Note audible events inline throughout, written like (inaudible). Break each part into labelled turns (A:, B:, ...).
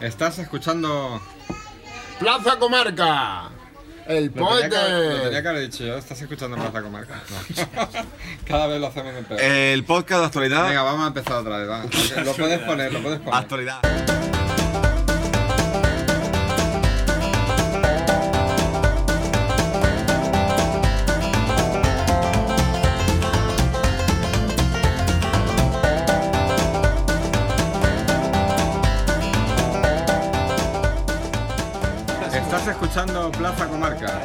A: Estás escuchando.
B: Plaza Comarca. El
A: Lo tenía, que, haber- lo tenía que
B: podcast.
A: haber dicho yo. Estás escuchando Plaza Comarca. (laughs) Cada vez lo hacemos de peor.
C: El podcast de actualidad.
A: Venga, vamos a empezar otra
C: (laughs)
A: vez. va. Ok, Lo puedes poner, lo puedes poner.
C: actualidad.
A: Estás escuchando Plaza Comarca.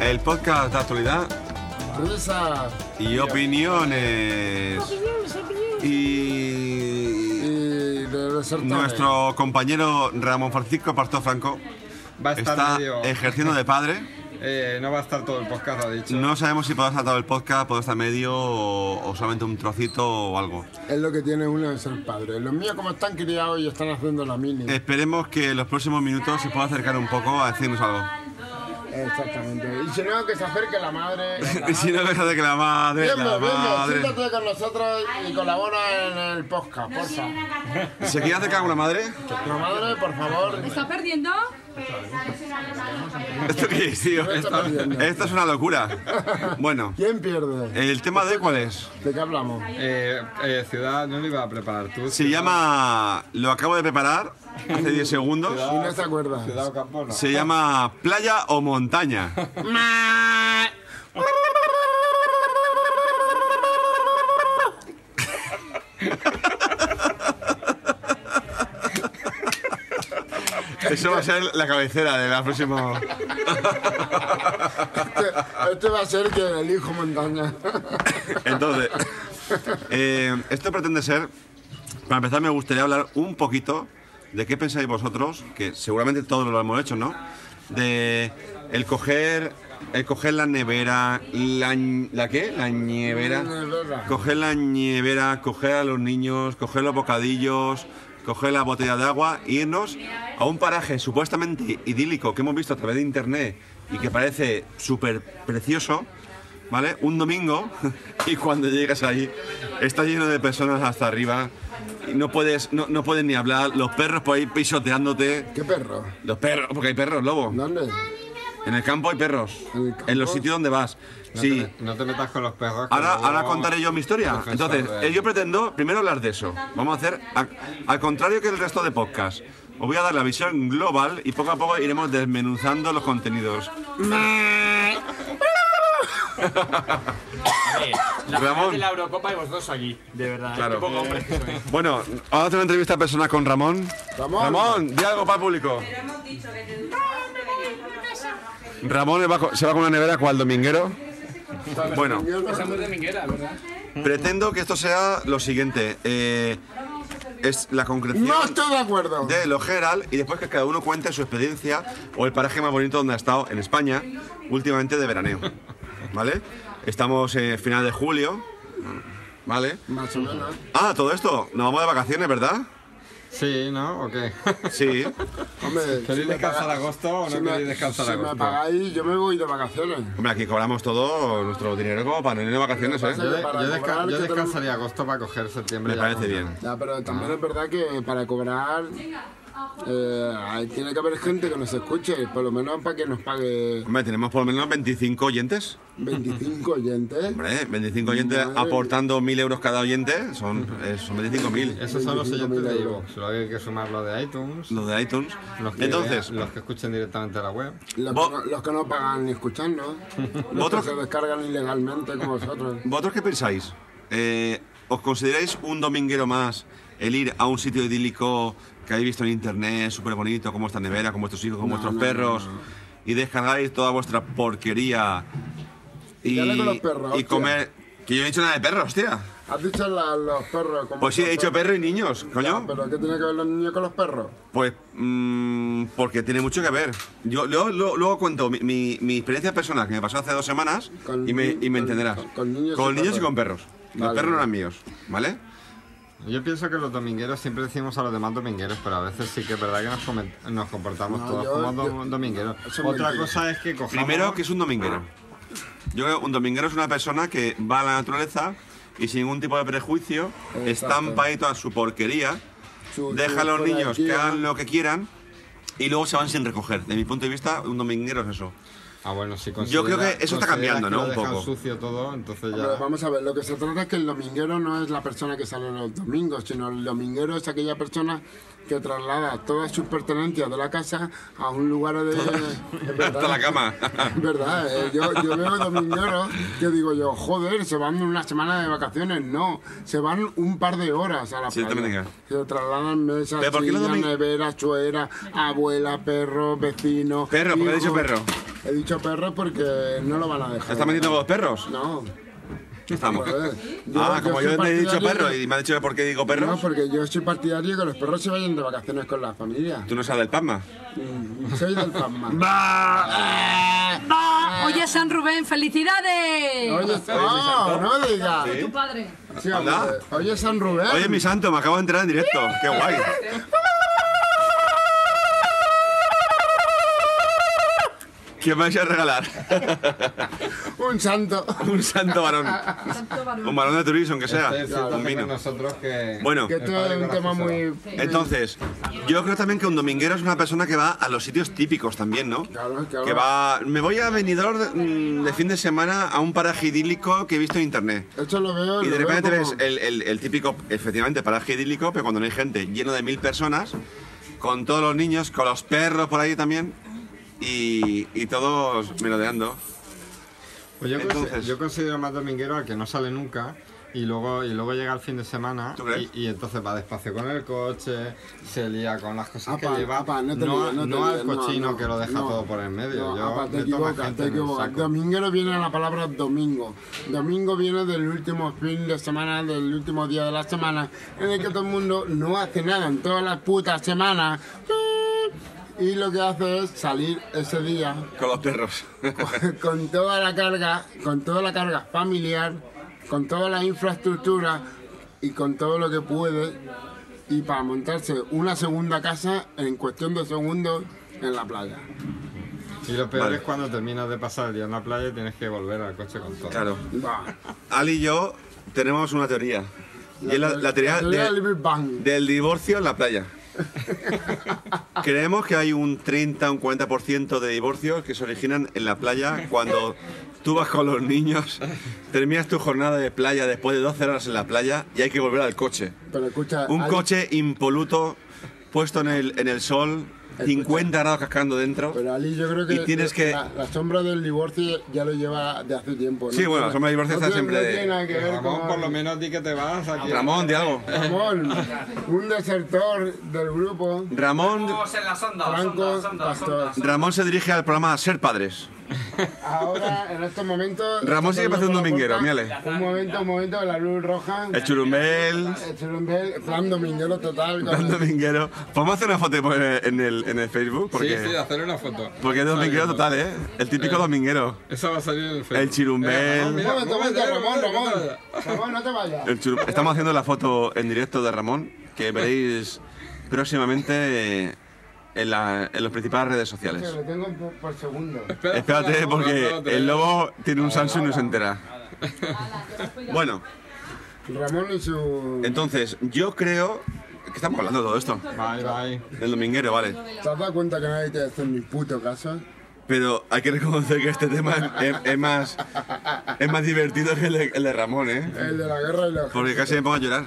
C: El podcast de actualidad
B: Risa.
C: y opiniones. Y
B: Y de desertores.
C: nuestro compañero Ramón Francisco Parto Franco
A: Va a estar
C: está
A: medio.
C: ejerciendo de padre.
A: (laughs) Eh, no va a estar todo el podcast, ha dicho.
C: No sabemos si podrá estar todo el podcast, podrá estar medio o, o solamente un trocito o algo.
B: Es lo que tiene uno de ser padre. Los míos, como están criados y están haciendo la mini.
C: Eh. Esperemos que en los próximos minutos se pueda acercar un poco a decirnos algo.
B: Exactamente. Y si no, que se acerque la madre. La
C: Y (laughs) si no, deja de que la madre,
B: Venga,
C: la
B: venga,
C: madre.
B: siéntate con nosotros y colabora en el podcast, porfa.
C: ¿Se quiere acercar con la madre?
B: La madre, por favor.
D: ¿Está perdiendo?
C: ¿Esto qué es, tío?
B: está perdiendo.
C: Esto es Eh. una locura. Bueno,
B: ¿Quién pierde?
C: ¿el tema de cuál es?
B: ¿De qué hablamos?
A: Eh, eh, ciudad, no lo iba a preparar tú.
C: Se
A: Ciudad-
C: llama... Lo acabo de preparar hace 10 segundos.
B: Si no se acuerda.
A: Ciudad Ocampo, no.
C: Se llama playa o montaña. Eso va a ser la cabecera de la próxima...
B: Este, este va a ser que el hijo montaña. (laughs)
C: Entonces, eh, esto pretende ser, para empezar me gustaría hablar un poquito de qué pensáis vosotros, que seguramente todos lo hemos hecho, ¿no? De el coger, el coger la nevera, la, ñ- ¿la qué? La nievera.
B: Nevera.
C: Coger la nievera, coger a los niños, coger los bocadillos, coger la botella de agua, e irnos a un paraje supuestamente idílico que hemos visto a través de internet y que parece súper precioso, ¿vale? Un domingo (laughs) y cuando llegas ahí está lleno de personas hasta arriba y no puedes, no, no puedes ni hablar, los perros por ahí pisoteándote.
B: ¿Qué perro?
C: Los perros, porque hay perros, lobo.
B: ¿Dónde?
C: En el campo hay perros.
B: ¿En el campo?
C: En los sitios donde vas.
A: No
C: Sí.
A: te- no te metas con los perros. que
C: Ahora,
A: luego-
C: ahora contaré yo mi historia.
A: Defensor
C: Entonces,
A: de-
C: eh, yo pretendo primero hablar de eso. Vamos a hacer, a- al contrario que el resto de podcasts, os voy a dar la visión global y poco a poco iremos desmenuzando los contenidos.
E: Eh, La
C: Ramón.
E: final de la Eurocopa y vosotros aquí, de verdad. eh.
C: Claro.
E: Qué poco hombre que
C: (laughs)
E: sois.
C: Bueno, ahora hacer una entrevista personal con Ramón.
B: Ramón.
C: di algo para el público. Ramón va co- se va con una nevera cual dominguero. Bueno,
B: Yo no-
C: pretendo que esto sea lo siguiente. eh, es la concreción.
B: No estoy de acuerdo.
C: de lo general y después que cada uno cuente su experiencia o el paraje más bonito donde ha estado en España últimamente de veraneo. ¿Vale? Estamos en final de julio. ¿Vale?
B: Más o menos.
C: Ah, todo esto, nos vamos de vacaciones, ¿verdad?
A: Sí, ¿no? ¿O
C: (laughs)
A: qué?
C: Sí.
B: Hombre,
A: ¿Queréis
B: me
A: descansar
B: paga-
A: agosto o no
B: si me-
A: queréis descansar
B: si
A: agosto?
B: me pagáis, yo me voy de vacaciones.
C: Hombre, aquí cobramos todo nuestro dinero como para no ir de vacaciones,
A: Yo,
C: ¿eh?
A: de- yo
B: Para cobrar
A: desca-
B: que
A: yo
B: tenemos-
A: descansaría agosto para coger septiembre.
C: Me
A: ya
C: parece
A: con
C: bien.
A: ganas.
B: Ya, pero también es verdad que para cobrar eh, hay- tiene que haber gente que nos escuche, por lo menos para que nos pague
C: Hombre, tenemos por lo menos 25 oyentes.
B: 25 oyentes.
C: Hombre, 25 oyentes
B: Madre.
C: aportando 1.000 euros cada oyente, son, eh, son 25.000.
A: Esos son los
B: 25.000
A: siguientes de
B: euros.
A: iVoox. Luego hay que sumar los de iTunes.
C: Los de iTunes.
A: Los que,
C: Entonces,
A: los que escuchen directamente la web.
B: Los
C: Vos-
B: que, no, los que no pagan ni escucharnos, los que
C: ¿Vosotros?
B: se descargan ilegalmente como vosotros.
C: ¿Vosotros qué pensáis? Eh, ¿Os consideráis un dominguero más el ir a un sitio idílico que habéis visto en internet, súper bonito, con vuestra nevera, con vuestros hijos, con vuestros
B: no,
C: perros, y descargáis toda vuestra porquería
B: Y dale con los perros,
C: y
B: hostia.
C: comer... Que yo no he dicho nada de perros, tía.
B: ¿Has dicho la- los perros? Como
C: Pues sí, he dicho
B: perros.
C: perro y niños,
B: Ya,
C: coño.
B: ¿Pero qué tiene que ver los niños con los perros?
C: Pues mm, porque tiene mucho que ver. Yo, yo lo- luego cuento mi, mi- mi experiencia personal que me pasó hace dos semanas
B: Con
C: y me, y
B: ni-
C: me
B: con-
C: entenderás.
B: con- con niños y
C: con niños y
B: perros.
C: con perros. Los
B: Vale.
C: perros no eran míos, ¿vale?
A: Yo pienso que los domingueros siempre decimos a los demás domingueros, pero a veces sí que es verdad que nos, comen- nos comportamos
B: No,
A: todos
B: yo-
A: como dom-
B: yo-
A: domingueros.
B: eso es
A: Otra
B: mentira.
A: cosa es que cojamos.
C: Primero, que es un dominguero. Yo creo que un dominguero es una persona que va a la naturaleza y sin ningún tipo de prejuicio
B: Exacto.
C: estampa ahí toda su porquería
B: su-
C: deja a los
B: su
C: niños que
B: jerarquía.
C: hagan lo que quieran y luego se van sin recoger. De mi punto de vista, un dominguero es eso.
A: Ah, bueno, sí,
C: Yo creo que eso está cambiando, ¿no?
A: Un
C: Un
A: poco.
C: poco.
A: sucio todo, entonces
B: Hombre,
A: ya.
B: vamos a ver, lo que se trata es que el dominguero no es la persona que sale los domingos, sino el dominguero es aquella persona que traslada todas sus pertenencias de la casa a un lugar
C: (laughs)
B: de... es verdad.
C: Hasta la cama.
B: Es (laughs) verdad, eh, yo, yo veo domingueros que digo yo, joder, se van una semana de vacaciones. No, se van un par de horas a la
C: Sí, también
B: playa.
C: diga.
B: Se trasladan mesas,
C: Pero ¿por qué los
B: sillas,
C: domi-
B: nevera, chuera, abuela, perro, vecino...
C: Perro, ¿por qué has
B: hijo.
C: dicho perro?
B: He dicho perro porque no lo van a dejar.
C: ¿Están metiendo con los perros?
B: No.
C: Estamos.
B: Joder.
C: Ah, como
B: Pues, eh,
C: yo
B: soy
C: te he dicho
B: partidario
C: perro
B: que-
C: y me ha dicho por qué digo perro.
B: No, porque yo soy partidario que los perros se vayan de vacaciones con la familia.
C: Tú no sabes del Palma.
B: Mm, Soy del
C: (laughs)
B: Pamma.
D: ¡Va! Ah. Oye, San Rubén, felicidades.
B: Oye, no, no digas.
D: Tu padre.
B: Sí, hombre.
C: Hola.
B: Oye, San Rubén.
C: Oye, mi santo, me acabo de entrar en directo. ¡Qué guay! ¿Qué me vais a regalar? (laughs)
B: Un santo.
C: Un santo varón.
D: Santo varón.
C: Un varón de turismo, aunque sea.
A: Este, sí,
C: Un
A: también
C: vino.
A: nosotros que.
C: Bueno,
B: Que esto es un tema muy.
C: entonces, yo creo también que un dominguero es una persona que va a los sitios típicos también, ¿no?
B: Claro, claro.
C: Que va... Me voy a Benidorm de, mm, de fin de semana a un paraje idílico que he visto en internet.
B: Esto lo veo.
C: Y
B: lo veo
C: de repente
B: como-
C: ves el, el- el típico, efectivamente, paraje idílico, pero cuando no hay gente, lleno de mil personas, con todos los niños, con los perros por ahí también, y, y todos merodeando.
A: Pues yo,
C: Entonces-
A: consi- yo considero más dominguero al que no sale nunca y luego, y luego llega el fin de semana
C: ¿Tú crees?
A: Y, y entonces va despacio con el coche, se lía con las cosas
B: Apa,
A: Pues que lleva,
B: apa, ah, no te líes, no te
A: al
B: líes, no,
A: cochino
B: no,
A: que lo deja
B: no.
A: todo por en medio.
B: No,
A: yo
B: apa, te
A: meto más
B: equivocas,
A: gente
B: te
A: en el
B: equivocas.
A: saco.
B: Dominguero viene a la palabra domingo. Domingo viene del último fin de semana, del último día de la semana, en el que todo el mundo no hace nada en todas las putas semanas. Y lo que hace es salir ese día
C: Con los perros. (laughs)
B: (laughs) con toda la carga, con toda la carga familiar, con toda la infraestructura y con todo lo que puede y para montarse una segunda casa en cuestión de segundos en la playa.
A: Y lo peor
C: Vale.
A: es cuando terminas de pasar el día en la playa y tienes que volver al coche con todo.
C: claro.
B: Bah.
C: Ali y yo tenemos una teoría. Y es la, la teoría de-
B: del Big Bang.
C: del divorcio en la (laughs) playa. Creemos que hay un 30, un 40% de divorcios que se originan en la playa cuando tú vas con los niños, terminas tu jornada de playa después de 12 horas en la playa y hay que volver al coche.
B: Pero escucha,
C: Un
B: hay-
C: coche impoluto, puesto en el, en el sol, 50 grados cascando dentro.
B: Pero Ali, yo creo que,
C: Y tienes que-
B: la, la sombra del divorcio ya lo lleva de hace tiempo. ¿no?
C: Sí, bueno, la sombra del divorcio
B: No
C: está
B: tiene-
C: siempre de-
B: No tiene nada que ver
A: Ramón,
B: con-
A: por lo menos di que te vas aquí.
C: Ramón, de algo.
B: Ramón, un desertor del grupo.
C: Ramón,
E: Vamos en la sonda, la
B: Franco
E: sonda, la sonda, la
B: Pastor.
E: sonda.
C: Ramón se dirige al programa Ser Padres.
B: Ahora, en estos momentos.
C: Ramón sí que parece un
B: Por la
C: dominguero,
B: puerta,
C: miale.
B: Un momento, un momento, la luz roja.
C: El churumbel,
B: El churumbel, plan dominguero total. con-
C: Dan Dominguero. Podemos hacer una foto y poner en el, en el Facebook
A: Sí,
C: porque,
A: sí, hacer una foto.
C: porque es dominguero
A: Saliendo.
C: total, ¿eh? El típico
A: Eh.
C: dominguero.
A: Esa va a salir en el Facebook. Eh,
C: El chirumbel.
A: Ramón,
B: Un
A: mira,
B: momento, un momento,
A: mira,
B: Ramón,
A: mira,
B: Ramón.
A: mira.
B: Ramón, no te vayas.
C: El churu- Estamos haciendo la foto en directo de Ramón que veréis próximamente en, la- en las principales redes
B: Que
C: sociales.
B: lo tengo por, por segundo.
A: Espera,
C: Espérate
A: espera,
C: porque
A: espérate.
C: el lobo tiene un Samsung y no se entera. (laughs) Bueno,
B: Ramón y su.
C: entonces yo creo que estamos hablando de todo esto.
A: Bye, bye.
C: Del dominguero, vale.
B: ¿Te has dado cuenta que nadie te hace ni puto caso?
C: Pero hay que reconocer que este tema es, es más, es más divertido que el de, el de Ramón, ¿eh?
B: El de la guerra y los.
C: Porque casi me pongo a llorar.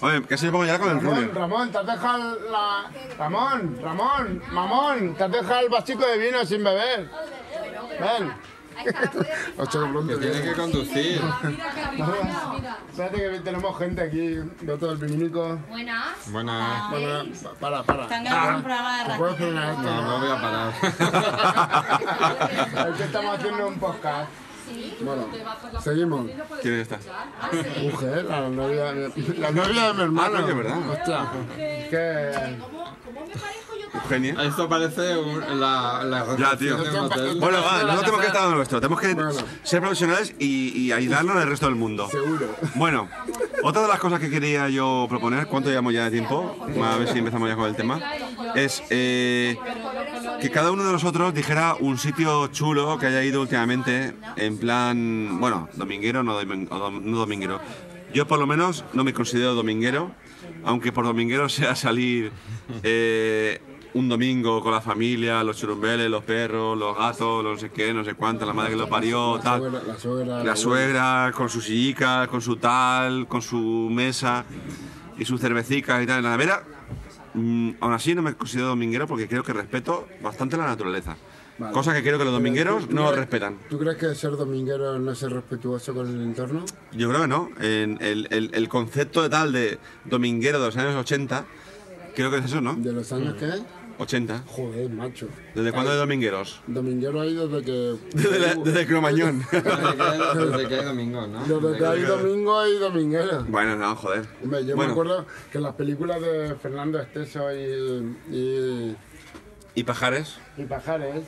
C: Oye, casi me pongo a llorar con el
B: Ramón, (laughs)
C: ruler.
B: Ramón, te has dejado la. Ramón, Ramón, mamón, te has dejado el vasico de vino sin beber. Ven. (laughs) Hostia, qué pronto.
A: Tiene que conducir.
D: Mira qué arriba, mira.
B: Espérate que tenemos gente aquí de todo el vinílico.
F: Buenas.
A: Buenas.
B: Bueno, pa- para, para.
F: Están grabando un programa de
B: ¿Te
F: radio.
B: puedes frenar esto?
A: No, no voy a parar. (laughs)
B: (laughs) Es que estamos haciendo un podcast. Bueno, seguimos.
C: ¿Quién está?
B: Mujer, la novia, la novia de mi (laughs) hermano.
C: Ah, coño, ¿verdad?
B: Hostia, que...
C: Eugenia.
A: Esto parece un- la, la
C: Ya, tío.
A: recepción de un hotel.
C: Bueno, va, no tenemos que estar dando nuestro. Tenemos que
B: Bueno.
C: ser profesionales y, y ayudarnos al resto del mundo.
B: Seguro.
C: Bueno, otra de las cosas que quería yo proponer, ¿cuánto llevamos ya de tiempo? A ver si empezamos ya con el tema. Es eh, que cada uno de nosotros dijera un sitio chulo que haya ido últimamente, en plan, bueno, dominguero no, domin- o dom- no dominguero. Yo por lo menos no me considero dominguero, aunque por dominguero (laughs) sea salir eh, un domingo con la familia, los churumbeles, los perros, los gatos, los no sé qué, no sé cuánto, la madre que lo parió,
B: La
C: tal.
B: suegra, la suegra.
C: La
B: la
C: suegra con su sillica, con su tal, con su mesa y su cervecicas y tal en la nevera. Mm, aún así no me considero dominguero porque creo que respeto bastante la naturaleza.
B: Vale.
C: Cosa que creo que
B: Pero,
C: los domingueros
B: ¿tú- tú
C: no
B: crees-
C: respetan.
B: ¿Tú crees que ser dominguero no es ser respetuoso con el entorno?
C: Yo creo que no. En el, el- el concepto de tal de dominguero de los años 80, creo que es eso, ¿no?
B: ¿De los años qué?
C: 80.
B: Joder, macho.
C: ¿Desde cuándo de domingueros?
B: Dominguero hay (laughs) desde que...
C: (laughs) Desde, la- desde Cromañón.
A: Desde que hay- desde que hay domingo, ¿no?
B: Desde que hay domingo hay dominguero.
C: (laughs) bueno, no, joder.
B: Hombre, yo me
C: Bueno,
B: acuerdo que las películas de Fernando Esteso y, y,
C: ¿Y pajares?
B: y Pajares.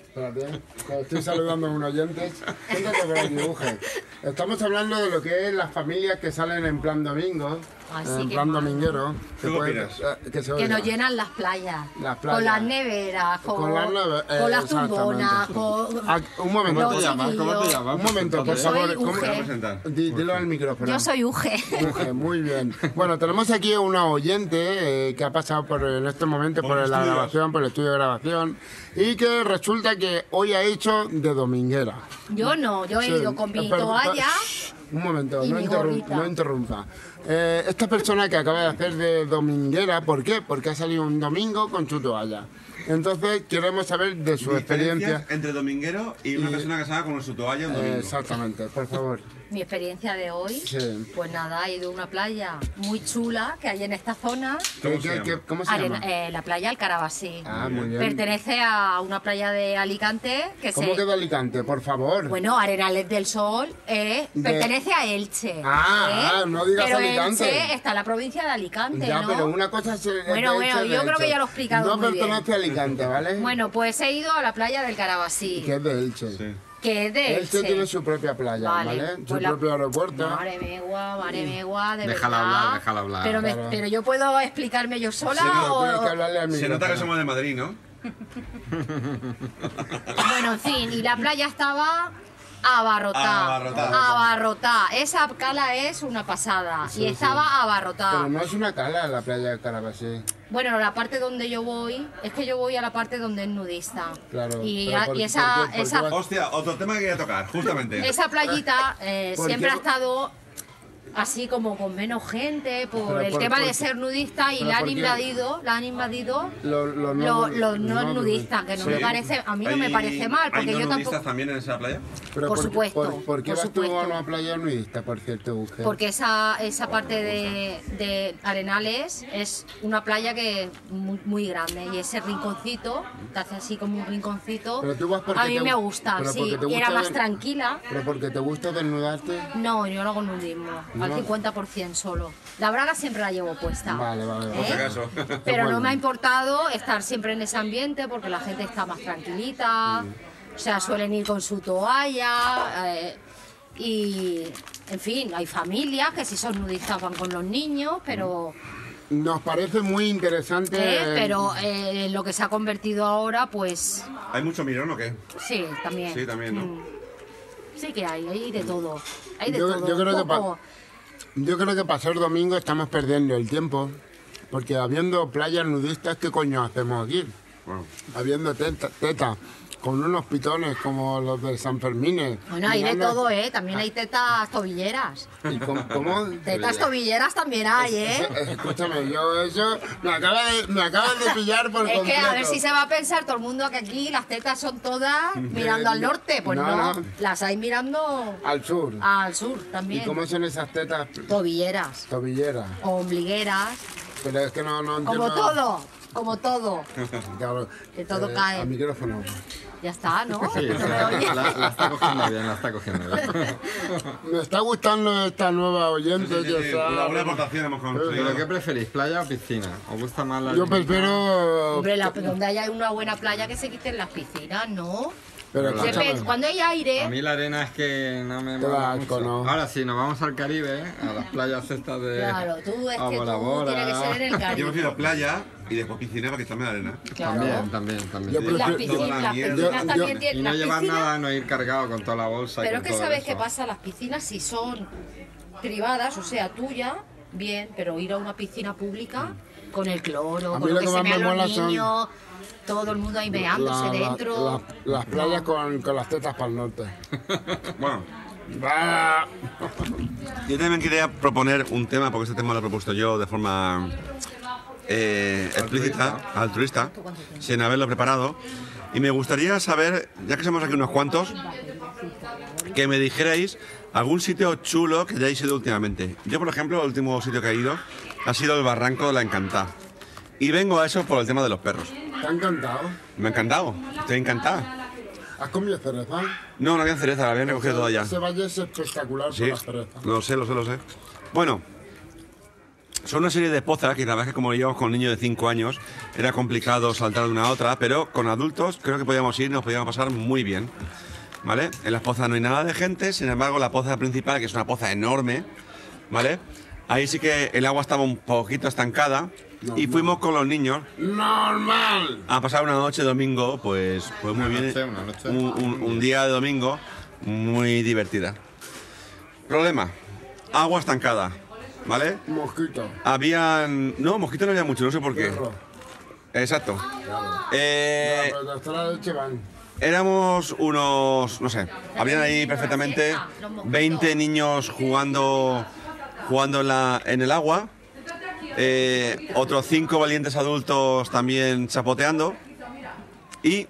B: Espérate, que estoy saludando a unos oyentes. Siéntate para que dibujen. Estamos hablando de lo que es las familias que salen en plan domingo,
F: Ay, Ah, sí,
B: en
F: qué
B: plan
F: mal.
B: dominguero.
C: ¿Tú
B: que
C: qué
B: pueden-
C: opinas?
B: eh, que se
F: Que nos
B: oiga.
F: llenan las playas.
B: Las
F: Con
B: playas.
F: las neveras, con,
B: Con las neve- eh,
F: con las tumbonas,
B: exactamente.
F: con...
B: Ah, un momento,
F: No,
A: ¿Cómo te
F: sí,
A: llamas? ¿Cómo te
F: yo-
A: llamas?
B: un momento, por
A: Preséntate.
F: Soy
B: favor. ¿cómo-
F: Uge.
C: ¿Te vas a presentar?
B: Di- Dilo al micrófono.
F: Yo soy Uge. (laughs)
B: Uge, muy bien. Bueno, tenemos aquí a una oyente eh, que ha pasado por en este momento por,
C: Por los
B: la
C: estudios.
B: grabación, por el estudio de grabación, y que resulta que hoy ha hecho de dominguera.
F: Yo no, yo he
B: Sí.
F: ido con mi
B: Espera,
F: toalla.
B: shh, Un momento,
F: y
B: no,
F: mi
B: interrum-
F: gorrita.
B: no interrumpa. Eh, esta persona que acaba de hacer de dominguera, ¿por qué? Porque ha salido un domingo con su toalla. Entonces queremos saber de su experiencia.
C: Diferencias entre dominguero y una persona casada con su toalla un
B: Eh,
C: domingo.
B: exactamente, por favor.
F: Mi experiencia de hoy,
B: Sí.
F: pues nada, he ido a una playa muy chula que hay en esta zona.
C: ¿Cómo
B: ¿Qué-
C: se
B: qué-
C: llama?
B: qué- cómo se
F: Arena-
B: llama?
F: eh, la playa Alcarabasí.
B: Ah, muy bien.
F: Pertenece a una playa de Alicante que
B: ¿Cómo
F: se...
B: queda Alicante? Por favor.
F: Bueno, Arenales del Sol eh,
B: De-
F: pertenece a Elche.
B: Ah,
F: eh,
B: ah, no digas
F: pero
B: Alicante.
F: Elche está en la provincia de Alicante,
B: ya,
F: ¿no?
B: pero una cosa es. el-
F: Bueno,
B: el
F: bueno,
B: hecho de
F: yo creo que
B: hecho.
F: ya lo he explicado
B: No
F: muy bien.
B: pertenece a Alicante, ¿vale?
F: Bueno, pues he ido a la playa del Carabasí,
B: Que es de Elche.
C: Sí.
F: que es de Elche.
B: Elche tiene su propia playa, ¿vale? Su
F: pues la-
B: propio aeropuerto.
F: Madre megua, madre megua, de
A: Déjala
F: verdad.
A: hablar, déjala hablar.
F: Pero, me-
B: Claro.
F: pero yo puedo explicarme yo sola
C: no,
F: o...
B: Tienes que hablarle al
C: Se nota que
B: micrófono.
C: somos de Madrid, ¿no?
F: Bueno, en fin, y la playa estaba abarrotada.
C: Abarrotada.
F: Abarrotada. Esa cala es una pasada. y estaba abarrotada.
B: Pero no es una cala la playa de Carabasí.
F: Bueno, la parte donde yo voy, es que yo voy a la parte donde es nudista.
B: Claro,
F: Y,
B: pero
F: a-
B: por-
F: y esa,
B: ¿por qué- por
F: esa,
B: qué
C: Hostia, otro tema que quería tocar, justamente.
F: esa playita eh,
B: ¿Por
F: siempre
B: qué?
F: ha estado así como con menos gente por
B: Pero
F: el
B: por-
F: tema
B: por-
F: de ser nudista y
B: pero
F: la han
B: ¿por qué?
F: invadido, la han invadido
B: Lo- lo no-
F: los los no,
B: no-
F: nudistas, que no
C: Sí.
F: me parece, a mí no me
C: ¿Hay-
F: parece mal, porque
C: ¿Hay no
F: yo
C: nudistas
F: tampoco
C: también en esa playa?
B: Pero
F: Por
B: qué-
F: supuesto,
B: ¿Por, por qué
F: por
B: vas tú a
F: supuesto.
B: una playa nudista, por cierto, Uge?
F: porque esa, esa parte de, de Arenales es una playa que es muy, muy grande y ese rinconcito, te hace así como un rinconcito,
B: Pero tú vas porque
F: a mí
B: te-
F: me gusta,
B: pero
F: sí,
B: porque te
F: y era
B: gusta
F: más
B: ver-
F: tranquila.
B: ¿Pero porque te gusta desnudarte?
F: No, yo no hago nudismo, al
B: No.
F: 50% solo. La braga siempre la llevo puesta. ¿eh?
B: Vale, vale, vale. Por si (laughs)
C: acaso.
F: Pero
B: Bueno.
F: no me ha importado estar siempre en ese ambiente porque la gente está más tranquilita,
B: Mm.
F: o sea, suelen ir con su toalla eh, y, en fin, hay familias que si son nudistas van con los niños, pero,
B: Nos parece muy interesante.
F: eh,
B: Mm. eh,
F: pero eh, en lo que se ha convertido ahora, pues
C: ¿Hay mucho mirón o qué?
F: sí, también.
C: Sí, también, ¿no?
F: Mm. Sí que hay, hay de todo. Hay de
B: Mm. Yo-
F: todo.
B: yo creo que
F: Un
B: pa-
F: poco.
B: Yo creo que para ser domingo estamos perdiendo el tiempo. Porque habiendo playas nudistas, ¿qué coño hacemos aquí?
C: Bueno,
B: Habiendo teta, teta, con unos pitones como los de San Fermín.
F: Bueno, hay de
B: mirando-
F: todo, ¿eh? También hay tetas tobilleras.
B: ¿Y con- cómo?
F: Tetas tobilleras también hay, ¿eh?
B: Eh, Escúchame, yo eso me acaba de, me acaba de pillar por
F: (laughs) Es que
B: completo.
F: a ver si se va a pensar todo el mundo que aquí las tetas son todas mirando al norte. Pues
B: No,
F: no,
B: no.
F: las hay mirando
B: Al sur.
F: al sur
B: ¿Y
F: también.
B: cómo son esas tetas
F: Tobilleras,
B: tobilleras?
F: ombligueras,
B: Pero es que no, no
F: como
B: entiendo- (laughs)
F: todo, como todo.
B: Claro,
F: Que todo cae.
B: Al eh, micrófono. (laughs)
F: Ya está, ¿no? (laughs)
A: Sí,
F: No me
A: la,
F: oyes.
A: la- la está cogiendo bien, la está cogiendo bien.
B: Me está gustando esta nueva oyente
C: Sí, sí,
B: que
C: sí,
B: está-
C: una buena aportación hemos conseguido.
A: ¿Pero qué preferís, playa o piscina? ¿Os gusta más la
B: Yo
A: arena?
B: prefiero.
F: Hombre, la- donde haya una buena playa que se quiten las piscinas, ¿no?
B: Pero
A: Claro.
B: escúchame,
F: Depende, cuando hay
A: A
F: aire,
A: mí la arena es que no me
B: Qué
A: mola
B: asco,
A: mucho.
B: ¿no?
A: Ahora sí, nos vamos al Caribe, ¿eh? a las playas estas de...
F: claro, tú es
A: a
F: que
B: Ah,
A: Bora
F: tú
A: Bora.
F: tienes que ser en el
C: Yo
F: Caribe.
C: prefiero playa y después piscina para quitarme la arena.
F: Claro.
A: También, también, también.
B: Pues Yo
A: sí.
F: Y las
B: prefiero-
C: Toda la
F: piscinas, las
C: mierda.
F: piscinas
B: Yo-
F: también
B: yo-
F: tienen.
A: Y no
F: las
A: llevar
F: piscinas-
A: nada, no ir cargado con toda la bolsa. y
F: Eh, Pero es
A: con
F: que
A: todo
F: sabes
A: eso.
F: qué pasa, las piscinas si son privadas, o sea, tuya, bien, pero ir a una piscina pública con el cloro,
B: Mm. A mí
F: con
B: lo
F: lo que
B: que
F: se
B: más me
F: mean los
B: mola son-
F: niños, todo el mundo ahí meándose
B: La- la-
F: dentro.
B: la- las playas con, con las tetas para el norte.
C: Bueno,
B: Va.
C: yo también quería proponer un tema, porque este tema lo he propuesto yo de forma eh, explícita, altruista, sin haberlo preparado. Y me gustaría saber, ya que somos aquí unos cuantos, que me dijerais algún sitio chulo que hayáis ido últimamente. Yo, por ejemplo, el último sitio que he ido ha sido el Barranco de la Encantada. Y vengo a eso por el tema de los perros.
B: ¿Te ha encantado?
C: Me ha encantado, estoy encantada.
B: ¿Has comido cereza?
C: No, no había cereza, la habían recogido toda ya.
B: Ese valle es espectacular
C: Sí,
B: por las cerezas.
C: lo sé, lo sé, lo sé. Bueno, son una serie de pozas que la verdad es que como íbamos con niños de 5 años era complicado saltar de una a otra, pero con adultos creo que podíamos ir y nos podíamos pasar muy bien. ¿Vale? En las pozas no hay nada de gente, sin embargo la poza principal, que es una poza enorme, ¿vale? Ahí sí que el agua estaba un poquito estancada y fuimos con los niños
B: ¡Normal!
C: a pasar una noche domingo, pues, pues muy
A: Una
C: bien.
A: noche, una noche.
C: Un, un- un día de domingo muy divertida. Problema, agua estancada, ¿vale?
B: Mosquito.
C: Habían... No, mosquitos no había mucho, no sé por qué.
B: Perro.
C: Exacto. Eh,
B: Pero hasta la leche van.
C: éramos unos, no sé, habrían ahí perfectamente 20 niños jugando, jugando en, la- en el agua, eh, otros 5 valientes adultos también chapoteando y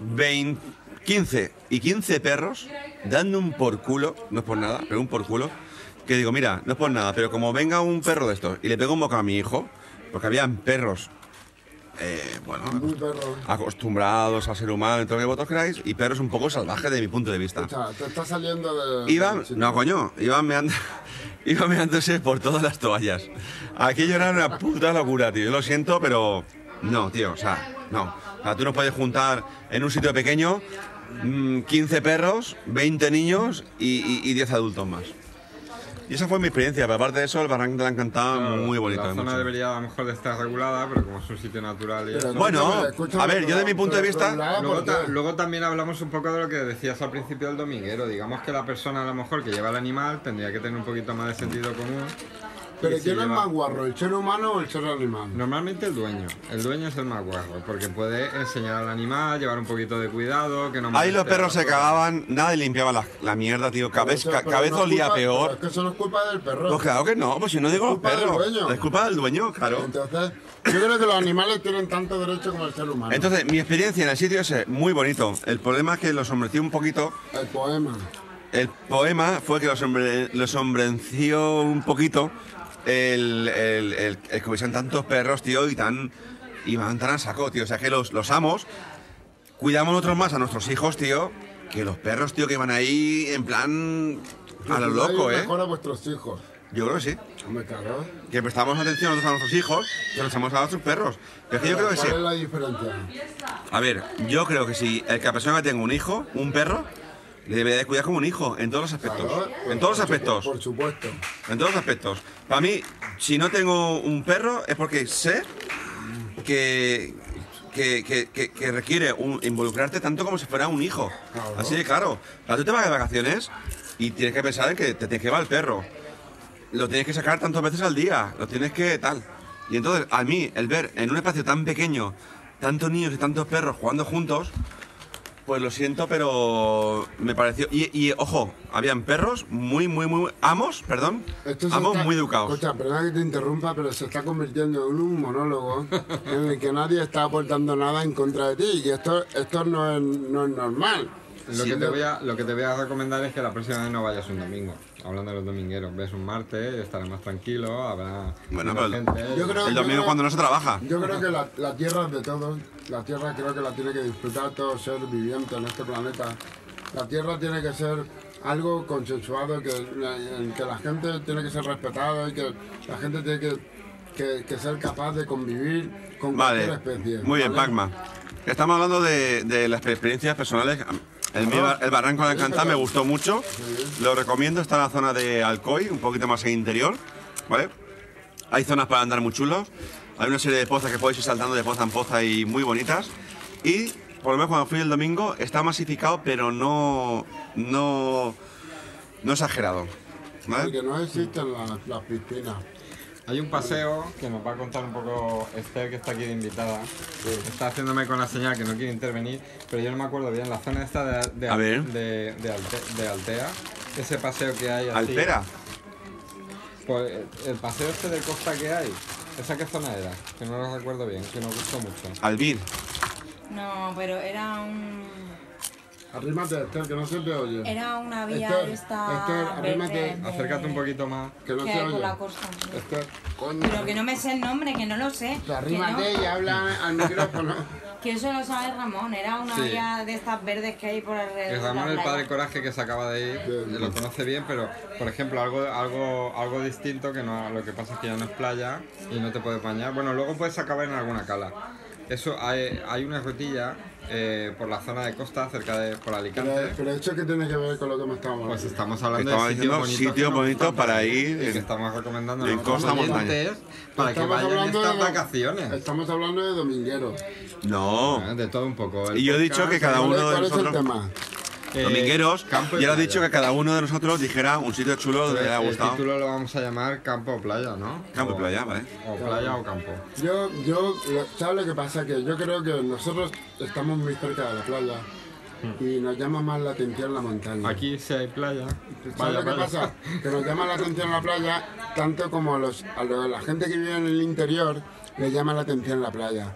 C: 20 15 y 15 perros dando un por culo, no es por nada, pero un por culo, que digo, mira, no es por nada, pero como venga un perro de estos y le pego un boca a mi hijo, porque habían perros, eh, bueno,
B: Muy perro.
C: acostumbrados al ser humano, en todo lo que vosotros queráis, y perros un poco salvaje de mi punto de vista.
B: O sea, te está saliendo de.
C: Iban,
B: del sitio.
C: no coño, iban meando, (laughs) iban meándose por todas las toallas. Aquello era una puta locura, tío. Yo lo siento, pero no, tío, o sea, no. O sea, tú no puedes juntar en un sitio pequeño mm, 15 perros, 20 niños y, y- y 10 adultos más. Y esa fue mi experiencia, pero aparte de eso, el Barranco de la Encantada, muy bonito.
A: La
C: eh,
A: zona
C: mucho.
A: debería a lo mejor de estar regulada, pero como es un sitio natural y
B: Pero
A: eso.
B: no,
C: Bueno,
B: pero escúchame,
C: a ver, yo de mi punto de
B: pero- pero
C: vista-
B: nada,
A: Luego,
B: ¿por
A: ta-
B: qué?
A: luego también hablamos un poco de lo que decías al principio del dominguero. Digamos que la persona a lo mejor que lleva el animal tendría que tener un poquito más de sentido común.
B: Pero
A: Y si
B: ¿quién es
A: lleva-
B: más guarro, el ser humano o el ser animal?
A: Normalmente el dueño. El dueño es el más guarro, porque puede enseñar al animal, llevar un poquito de cuidado, que no
C: Ahí
A: moleste
C: los
A: a
C: perros
A: la
C: se
A: persona.
C: cagaban, nadie limpiaba la, la mierda, tío. Cabez,
B: Pero eso-
C: ca-
B: pero
C: cabeza
B: no es
C: olía
B: culpa-
C: peor.
B: pero Es que eso no es culpa del perro.
C: Pues claro que no, pues si no digo los
B: culpa del
C: perros.
B: dueño.
C: Es culpa del dueño, claro.
B: Entonces, yo creo que los animales tienen tanto derecho como el ser humano.
C: Entonces, mi experiencia en el sitio ese, muy bonito. El problema es que lo sombreció un poquito.
B: el poema.
C: El poema fue que lo, sombre- lo sombrenció un poquito. El, el, el- el que hubiesen tantos perros, tío, y tan. Y van tan a saco, tío. O sea, que los, los amos cuidamos nosotros más a nuestros hijos, tío, que los perros, tío, que van ahí en plan. A lo
B: Cuidáis
C: loco, ¿eh?
B: Mejor a vuestros hijos.
C: Yo creo que sí.
B: Hombre, claro.
C: Que prestamos atención nosotros a nuestros hijos, que prestamos a nuestros perros. Pero es que yo creo que sí.
B: ¿Cuál es la diferencia?
C: A ver, yo creo que si el que la persona que tenga un hijo, un perro, le debería de cuidar como un hijo, en todos los aspectos.
B: Claro, pues,
C: en todos
B: por
C: los
B: supu-
C: aspectos.
B: Por supuesto.
C: En todos los aspectos. Para mí, si no tengo un perro, es porque sé que, que, que- que- que requiere un- involucrarte tanto como si fuera un hijo.
B: Claro.
C: Así de claro. O sea, tú te vas de vacaciones y tienes que pensar en que te tienes que llevar el perro. Lo tienes que sacar tantas veces al día. Lo tienes que tal. Y entonces, a mí, el ver en un espacio tan pequeño tantos niños y tantos perros jugando juntos, pues lo siento, pero me pareció. Y, y, ojo, habían perros muy, muy, muy. Amos, perdón.
B: Esto se
C: amos
B: está-
C: muy educados.
B: Escucha, perdona que te interrumpa, pero se está convirtiendo en un
C: (laughs)
B: monólogo en el que nadie está aportando nada en contra de ti. Y esto, esto no, es, no es normal.
A: Lo, que te voy a, lo que te voy a recomendar es que la próxima vez no vayas un domingo. Hablando de los domingueros, ves un martes, estarás más tranquilo, habrá menos
C: Bueno, pero-
A: gente.
B: Yo creo-
C: El domingo cuando no se trabaja.
B: Yo creo que la, la tierra es de todos. La tierra creo que la tiene que disfrutar todo ser viviente en este planeta. La tierra tiene que ser algo consensuado, que, la- en que la gente tiene que ser respetada y que la gente tiene que, que- que ser capaz de convivir con
C: Vale.
B: cualquier especie.
C: Muy bien,
B: ¿vale?
C: Pacma. Estamos hablando de, de las experiencias personales. El, mío, el Barranco de Alcantá me gustó mucho. Lo recomiendo. Está en la zona de Alcoy, un poquito más en interior. ¿Vale? Hay zonas para andar muy chulos. Hay una serie de pozas que podéis ir saltando de poza en poza y muy bonitas. Y por lo menos cuando fui el domingo está masificado, pero no, no, no exagerado. ¿vale?
B: Porque no existen las, las piscinas.
A: Hay un paseo que nos va a contar un poco Esther, que está aquí de invitada. Está haciéndome con la señal que no quiere intervenir, pero yo no me acuerdo bien. La zona esta de, de,
C: A ver.
A: de- de Alte- de Altea, ese paseo que hay. así-
C: Altera.
A: Pues, eh, el paseo este de costa que hay. ¿Esa qué zona era? Que no lo recuerdo bien, que nos gustó mucho.
C: Albir.
G: No, pero era un.
B: Arrímate, Esther, que no se te oye.
G: Era una vía
B: Esther,
G: esta.
B: Esther, arrímate.
G: verde,
A: Acércate un poquito más.
B: Que no
G: Que
B: se
G: hay por
B: oye.
G: la costa.
B: Esther, coño.
G: Pero que no me sé el nombre, que no lo
B: Te
G: sé. que
B: Pues Arrímate
G: no-
B: y habla al
G: (laughs)
B: micrófono.
G: Que eso lo sabe Ramón, era una
A: Sí.
G: vía de estas verdes que hay por alrededor.
A: Es
G: de la
A: Ramón el
G: playa.
A: padre Coraje que se acaba de ir,
B: Bien.
A: lo conoce bien, pero por ejemplo algo algo algo distinto que no lo que pasa es que ya no es playa y no te puedes bañar. Bueno, luego puedes acabar en alguna cala. Eso hay, hay una rutilla eh, por la zona de costa cerca de por
B: Pero,
A: Alicante.
B: pero eso que tiene que ver con lo que me estamos
A: Pues
B: hablando.
A: estamos
C: Que
A: hablando
C: estaba
A: de sitios
C: diciendo
A: bonitos
C: sitio
A: que nos
C: bonito
A: encantan
C: para ir
A: y que
C: en-
A: estamos recomendando a
C: en
A: nuestros
C: costa montaña.
A: oyentes para que
B: Estamos
A: vayan
B: hablando
A: estas
B: de do-
A: vacaciones.
B: Estamos hablando de domingueros.
C: No.
A: Ah, De todo un poco. El
C: Y yo he
A: podcast,
C: dicho que cada
B: ¿Cuál es-
C: uno de
B: ¿Cuál es el
C: nosotros.
B: tema?
A: eh,
C: Domingueros,
A: campo y
C: ya le he
A: playa.
C: dicho que cada uno de nosotros dijera un sitio chulo donde le haya
A: El
C: gustado.
A: título lo vamos a llamar Campo o Playa, ¿no?
C: Campo y
A: O-
C: playa, ¿vale?
A: O playa o campo.
B: Yo, yo, lo- ¿sabes lo que pasa? Que yo creo que nosotros estamos muy cerca de la playa y nos llama más la atención la montaña.
A: Aquí si hay playa.
B: ¿Sabes
A: Vaya,
B: lo que
A: vaya.
B: pasa? Que nos llama la atención la playa, tanto como a, los, a lo- la gente que vive en el interior le llama la atención la playa.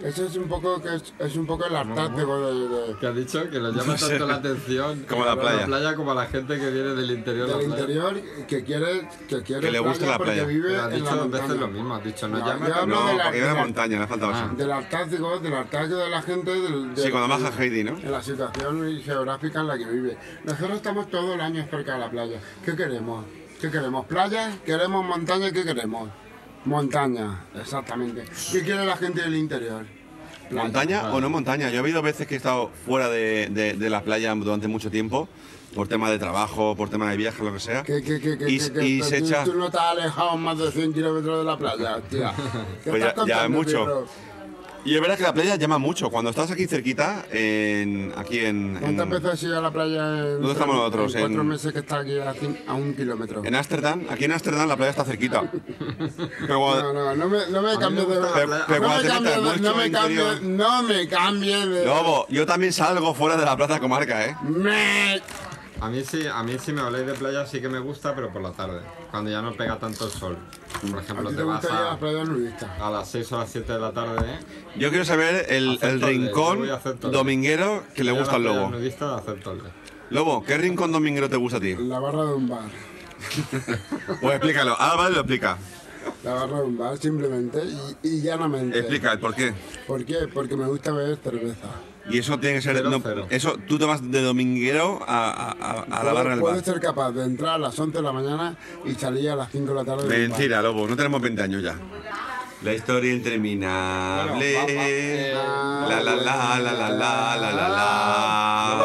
B: Eso es un poco, que es, es un poco el hartazgo de, de-
A: Que ha dicho que lo llama
C: No sé.
A: tanto la atención.
C: (laughs) Como la
A: a
C: playa.
A: como a la gente que viene del interior. de la
B: del
A: playa.
B: interior que quiere que, quiere
C: Que le gusta la
B: porque
C: playa.
B: vive
A: Pero has
B: en
A: dicho
B: la
A: dos veces
B: montaña.
A: lo mismo. Has dicho no
B: No,
A: llama.
B: yo
A: tanto-
B: hablo
C: No,
B: de la- Ah.
C: porque era
B: de la-
C: la montaña, le ha faltado eso.
B: Del hartazgo, del hartazgo de la gente. Del,
C: Sí,
B: del-
C: cuando baja Heidi, ¿no?
B: en la situación geográfica en la que vive. Nosotros estamos todo el año cerca de la playa. ¿Qué queremos? ¿Qué queremos? ¿Playa? ¿Queremos montaña? ¿Qué queremos? Montaña, exactamente. ¿Qué quiere la gente del interior? Playa.
C: ¿Montaña o no montaña? Yo he habido veces que he estado fuera de, de- de la playa durante mucho tiempo, por tema de trabajo, por tema de viaje, lo que sea.
B: ¿Qué, qué, qué, qué,
C: y
B: qué, qué?
C: y
B: Tú-
C: se echa.
B: Tú no te has alejado más de 100 kilómetros de la playa,
C: (laughs)
B: hostia. ¿Qué
C: Pues ya-
B: estás
C: ya es
B: contando,
C: mucho.
B: Pedro?
C: Y es verdad que la playa llama mucho. Cuando estás aquí cerquita, en, aquí en, en,
B: ¿Cuántas veces has ido a la playa en,
C: ¿Dónde estamos nosotros?
B: en cuatro
C: En-
B: meses que está aquí a, cin- a un kilómetro?
C: en Ámsterdam, aquí en Ámsterdam la playa
B: (laughs)
C: está cerquita. Pero
B: No,
C: cuando-
B: no, no me, no me cambies de...
C: gusta la playa.
B: No me cambies de... No me
C: Mucho
B: cambies-
C: interior.
B: no me cambies de...
C: Lobo, yo también salgo fuera de la plaza comarca, ¿eh?
B: Me-
A: A mí sí, a mí si me habláis de playa sí que me gusta, pero por la tarde, cuando ya no pega tanto el sol. Por
B: ¿A
A: ejemplo,
B: ti
A: te
B: te
A: vas
B: gusta ir a
A: a,
B: las playas nudistas?
A: a las 6 o las 7 de la tarde. ¿eh?
C: Yo quiero saber el,
A: Acepto
C: el
A: el de- yo
C: rincón
A: voy a acepto el de-
C: dominguero que le gusta al lobo.
A: nudista acepto el de.
C: Lobo, ¿qué rincón dominguero te gusta a ti?
B: En La barra de un bar.
C: Pues explícalo. Ah, vale, lo explica.
B: La barra de un bar, simplemente y, y llanamente.
C: Explica el por qué.
B: ¿Por qué? Porque me gusta beber cerveza.
C: Y eso tiene que ser.
A: Cero,
C: no,
A: cero.
C: Eso tú te vas de dominguero a, a- a- a la
B: Puedo-
C: barra del
B: Puedo
C: bar.
B: ser capaz de entrar a las 11 de la mañana y salir a las 5 de la tarde. del bar.
C: Mentira, lobo, no tenemos 20 años ya. La historia interminable.
A: Bueno, va, va, eh,
C: la la la la la la la la la.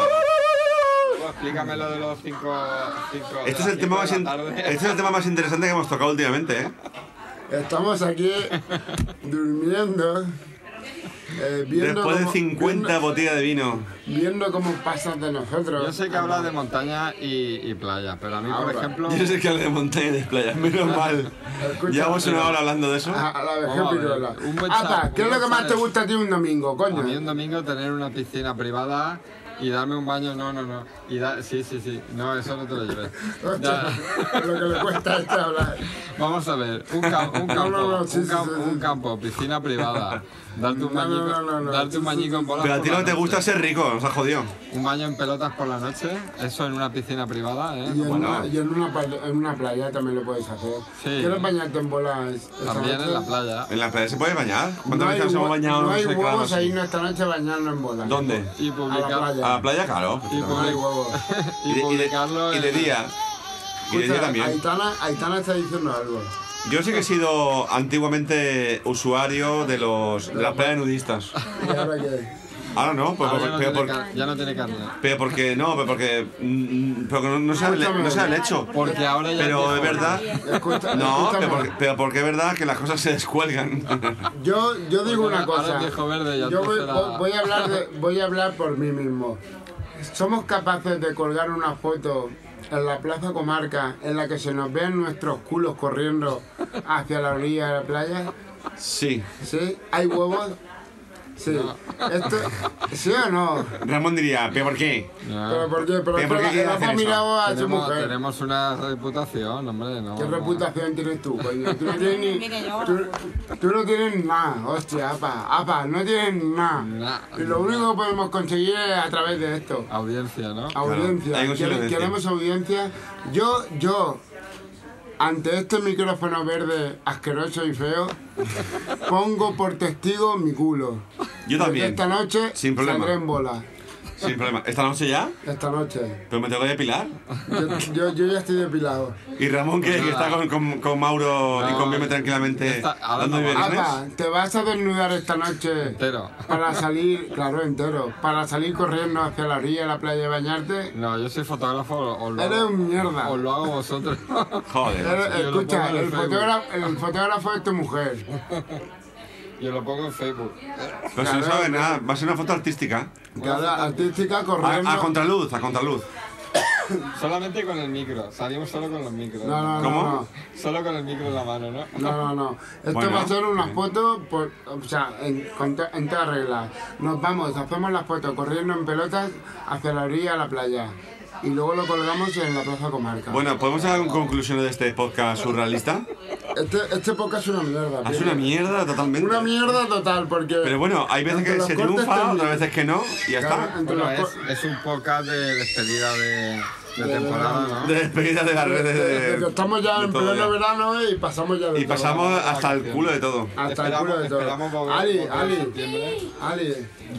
A: Pues Explícame lo de los 5
C: Este es el tema más, in- este es el tema más interesante que hemos tocado últimamente, ¿eh?
B: Estamos
C: (laughs)
B: aquí durmiendo. eh, viendo
C: Después de
B: cómo-
C: 50 botellas de vino.
B: Viendo, viendo cómo pasan de nosotros.
A: Yo sé que hablas de montaña y, y playa, pero a mí, por
B: Ahora.
A: ejemplo,
C: Ah, Yo sé que habla de montaña y de playa, (laughs) menos mal. Llevamos una hora hablando de eso.
B: A, a la vejez
A: Vamos a ver,
B: piruela.
A: un buen
B: Apa,
A: sábado,
B: Ah, ¿qué es
A: un
B: lo que
A: buen
B: más te
A: sábado.
B: gusta a ti un domingo,
A: a
B: coño?
A: mí
B: (laughs)
A: un domingo tener una piscina privada y darme un baño, no, no, no. Y da- sí, sí, sí. No, eso no te lo
B: (laughs)
A: lleves.
B: Hostia,
A: Ya.
B: (laughs) lo que le cuesta a
A: (laughs)
B: este hablar.
A: Vamos a ver, un, cam- un campo,
B: (laughs) No, no, no, sí,
A: un,
B: sí,
A: cam-
B: sí, sí.
A: un campo, piscina privada, darte un
B: No, no,
A: bañico,
B: no, no, no.
A: darte un bañico
B: ah,
A: en bolas
C: Pero a
A: por
C: ti
A: la
C: lo que te
A: noche.
C: gusta es ser rico, nos has jodido.
A: Un baño en pelotas por la noche, eso en una piscina privada, ¿eh?
B: Y en,
C: Bueno.
B: una, y en una pal- en una playa también lo puedes hacer.
A: Sí.
B: ¿Quieres bañarte en bolas? esa
A: También
B: noche?
A: en la playa.
C: ¿En la playa se puede bañar?
B: No
C: ¿Cuántas
B: hay,
C: veces nos hemos
B: hue-
C: bañado?
B: no hay
C: sé, claro,
B: huevos
C: sí.
B: ahí esta noche bañando en bolas.
C: ¿Dónde?
A: Y
B: A la
A: publicar,
B: playa.
C: A la playa, claro.
A: y
B: No hay
A: public-
B: huevos.
A: y
C: Y de, y de-
A: publicarlo
C: y de
A: en-
C: día. (laughs) Y de día
B: Escucha,
C: también.
B: Aitana, Aitana está diciendo algo.
C: Yo sí que he sido antiguamente usuario de los de las playas nudistas.
B: ¿Y ahora qué?
C: Ahora no, pero,
A: Ah, ya,
C: pero-
A: no
C: pero
A: tiene
C: por-
A: car- ya no tiene carne.
C: pero porque no, pero porque mm, pero no, no se ha no se ha hecho.
A: Porque ahora ya
C: Pero
A: dijo-
C: es verdad.
B: Escucha-
C: No,
B: escúchame.
C: pero porque, pero porque es verdad que las cosas se descuelgan. (laughs)
B: Yo, yo digo
A: Ahora-
B: una
A: ahora
B: cosa.
A: es viejo verde y
B: yo
A: antes
B: voy,
A: era-
B: voy- voy a hablar de- voy a hablar por mí mismo. Somos capaces de colgar una foto en la plaza comarca, en la que se nos ven nuestros culos corriendo hacia la orilla de la playa,
C: Sí.
B: ¿sí? ¿Hay huevos? Sí. Esto, ¿Sí o no?
H: Ramón diría, ¿pero por qué?
B: ¿Pero por qué? ¿Pero
H: ¿Pero por qué quiere hacer eso?
B: mirado a tu
A: Ah. Tenemos,
B: mujer?
A: tenemos una reputación, hombre. No,
B: ¿Qué
A: no.
B: reputación tienes tú, coño? Tú no tienes ni...
G: Mira, yo-
B: Tú, tú no tienes nada, hostia, apa, apa, no tienes nada.
A: Nah.
B: Y lo único que podemos conseguir es a través de esto.
A: Audiencia, ¿no?
B: Audiencia,
C: hay un
B: quiere-
C: silencio.
B: queremos audiencia. Yo, yo, ante este micrófono verde asqueroso y feo, pongo por testigo mi culo.
C: Yo también.
B: Porque Esta noche
C: Sin problema.
B: saldré en bola.
C: Sin problema. ¿Esta noche ya?
B: Esta noche.
C: ¿Pero me tengo que depilar?
B: Yo, yo, yo ya estoy depilado.
C: ¿Y Ramón que, que está con, con- con Mauro y
A: Pues No,
C: conviene tranquilamente
A: está- ahora
C: dando
A: no.
C: biberines?
B: Apa, te vas a desnudar esta noche.
A: Entero.
B: Para salir, claro, entero. Para salir corriendo hacia la orilla de la playa y bañarte.
A: No, yo soy fotógrafo. o lo
B: Eres
A: hago-
B: un mierda.
A: Os lo hago vosotros. (laughs)
C: Joder.
B: Pero,
A: yo lo
B: escucha,
A: pongo en
B: el
A: Facebook.
B: fotógrafo, el fotógrafo es tu mujer.
A: Yo lo pongo en Facebook.
C: Pero si no sabe nada, va a ser una foto artística.
B: Claro, artística corriendo.
C: A, a contraluz, a contraluz.
A: Solamente con el micro. Salimos solo con los micros.
B: No, no, no,
C: ¿Cómo?
B: no.
A: Solo con el micro en la mano, ¿no?
B: No, no, no. Esto
C: Bueno.
B: va a ser unas fotos, por- o sea, en, con to- en toda regla. Nos vamos, hacemos las fotos corriendo en pelotas hacia la orilla de la playa. Y luego lo colgamos en la plaza comarca.
C: Bueno, ¿podemos hacer conclusiones de este podcast surrealista?
B: Este, este podcast es una mierda.
C: Ah, Es
B: tío.
C: una mierda totalmente.
B: Una mierda total, porque...
C: Pero bueno, hay veces
B: entre
C: que
B: los
C: se
B: cortes
C: triunfa,
B: te-
C: otras veces que no, y ya
B: Claro,
C: está.
B: entre
A: Bueno,
B: los
A: es,
B: cor-
A: es un podcast de despedida de, de temporada, ¿no?
B: Ah.
C: De despedida de las redes de-
B: Desde que Estamos ya
C: de
B: en
C: todo
B: pleno
C: ya.
B: verano eh, y pasamos ya de
C: Y
B: todo.
C: pasamos hasta el culo de todo.
B: hasta el culo de
A: Esperamos
B: todo.
A: volver-
B: Ali,
A: volver en septiembre. ¿eh?
B: Ali, Ali,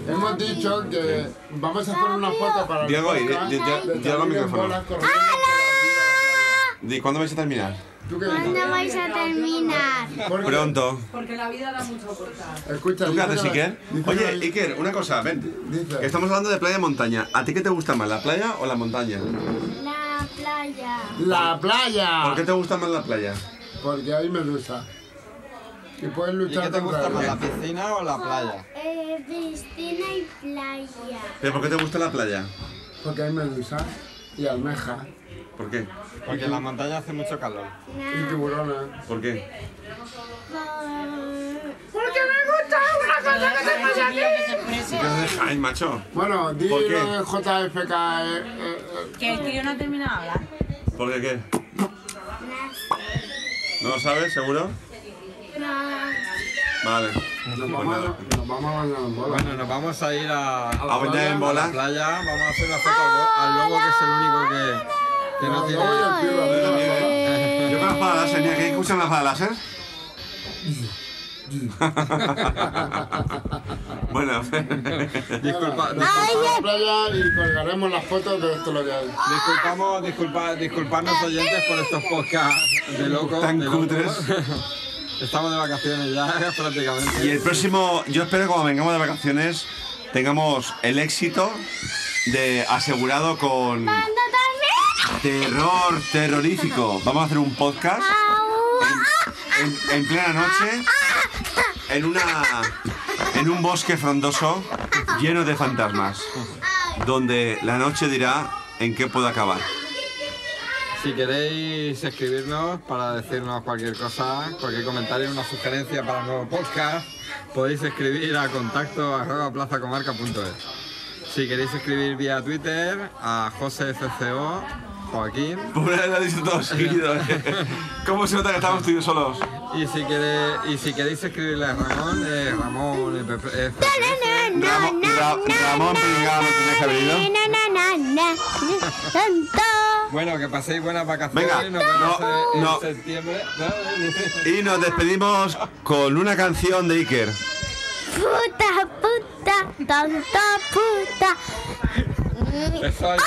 B: hemos dicho que vamos a hacer una foto para el
C: Diego, ahí,
B: podcast
C: di- di- di-
B: de
C: di al
B: salir en
C: micrófono.
B: bolas corriendo por
C: ¿Y cuándo vais a terminar?
B: la orilla. ¿Tú qué dices?
I: ¿Cuándo vais a terminar?
B: Porque-
C: Pronto.
D: Porque la vida da mucho vueltas.
B: Escucha,
C: ¿Tú qué
B: dice
C: haces,
B: que-
C: Iker?
B: dice
C: Oye,
B: que-
C: Iker, una cosa, ven.
B: Dice.
C: Que Estamos hablando de playa y montaña. ¿A ti qué te gusta más, la playa o la montaña?
I: La playa.
B: La playa.
C: ¿Por qué te gusta más la playa?
B: Porque ahí me gusta. Y puedes
A: ¿Y qué
B: luchar
A: te gusta
B: contra
A: más,
B: él.
A: la piscina o la playa?
I: Eh, piscina y playa.
C: ¿Pero por qué te gusta la playa?
B: Porque hay medusa y almeja
C: ¿Por qué?
A: Porque en la montaña hace mucho calor.
B: y
I: Nah,
B: tiburones.
C: ¿Por qué?
I: por-
G: Ay, tío, que se exprese.
C: Ay, macho.
B: Bueno, di lo
C: ¿Por qué?
B: de JFK. eh, eh,
G: Que es que yo no he terminado de hablar.
C: ¿Por qué qué? ¿No lo sabes, seguro? Vale.
B: eh,
C: Pues
B: Nos vamos, a- nos vamos a bañar en bola.
A: Bueno, nos vamos a ir a, a
C: A bañar en
A: la
C: bola.
A: playa. Vamos a hacer la foto al lo- al lobo, que es el único que, que no
B: Nos
A: tiene...
B: vamos y el pibe a ver.
C: Yo con las para láser, mira, ¿qué escuchan las ¿eh? para láser? bueno,
A: Disculpa,
B: A la playa y colgaremos las fotos de esto lo que hay.
A: Disculpamos, disculpa, disculparnos oyentes por estos podcasts de locos.
C: Tan
A: de locos.
C: cutres.
A: (laughs) Estamos de vacaciones ya (laughs) prácticamente.
C: y el próximo, yo espero que cuando vengamos de vacaciones tengamos el éxito de asegurado con
I: ¿Cuándo termina?
C: terror terrorífico. Vamos a hacer un podcast en, en plena noche en una en un bosque frondoso lleno de fantasmas, donde la noche dirá en qué puede acabar.
A: Si queréis escribirnos para decirnos cualquier cosa, cualquier comentario, una sugerencia para el nuevo podcast, podéis escribir a contacto arroba plazacomarca.es. Si queréis escribir vía Twitter a josefco Joaquín
C: Pobre de la dicho todo seguido. ¿eh? ¿Cómo se nota que estamos tú y yo solos?
A: y si, queréis, y si queréis escribirle a Ramón, eh, Ramón FF.
C: Ramón, Ra- Ramón Pringao, no tienes que haber ido.
I: Na, na, na, na, na. Tanto.
A: Bueno, que paséis buenas vacaciones.
C: Venga,
A: nos vemos
C: no,
A: en- en
C: no.
A: septiembre. (laughs) No,
C: Y nos despedimos con una canción de Iker.
I: Puta, puta, tanto, puta.
A: Eso hay-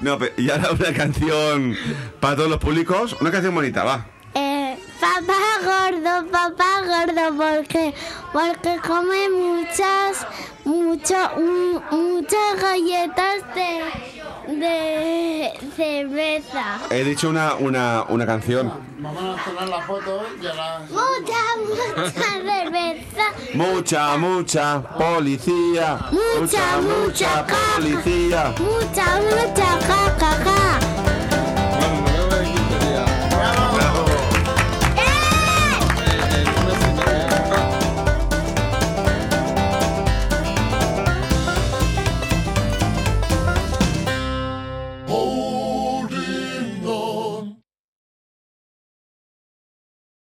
C: No, pe- y ahora una canción para todos los públicos. Una canción bonita, va.
I: Eh, papá gordo, papá gordo, porque, porque come muchas, mucho, mu- muchas galletas de, de cerveza.
C: He dicho una, una, una canción.
B: Vamos a tomar la foto y ahora...
I: Mucha, mucha (laughs) cerveza.
C: Mucha, mucha policía.
I: Mucha, mucha caca.
C: policía.
I: Mucha, mucha caca, caca,
A: Eh,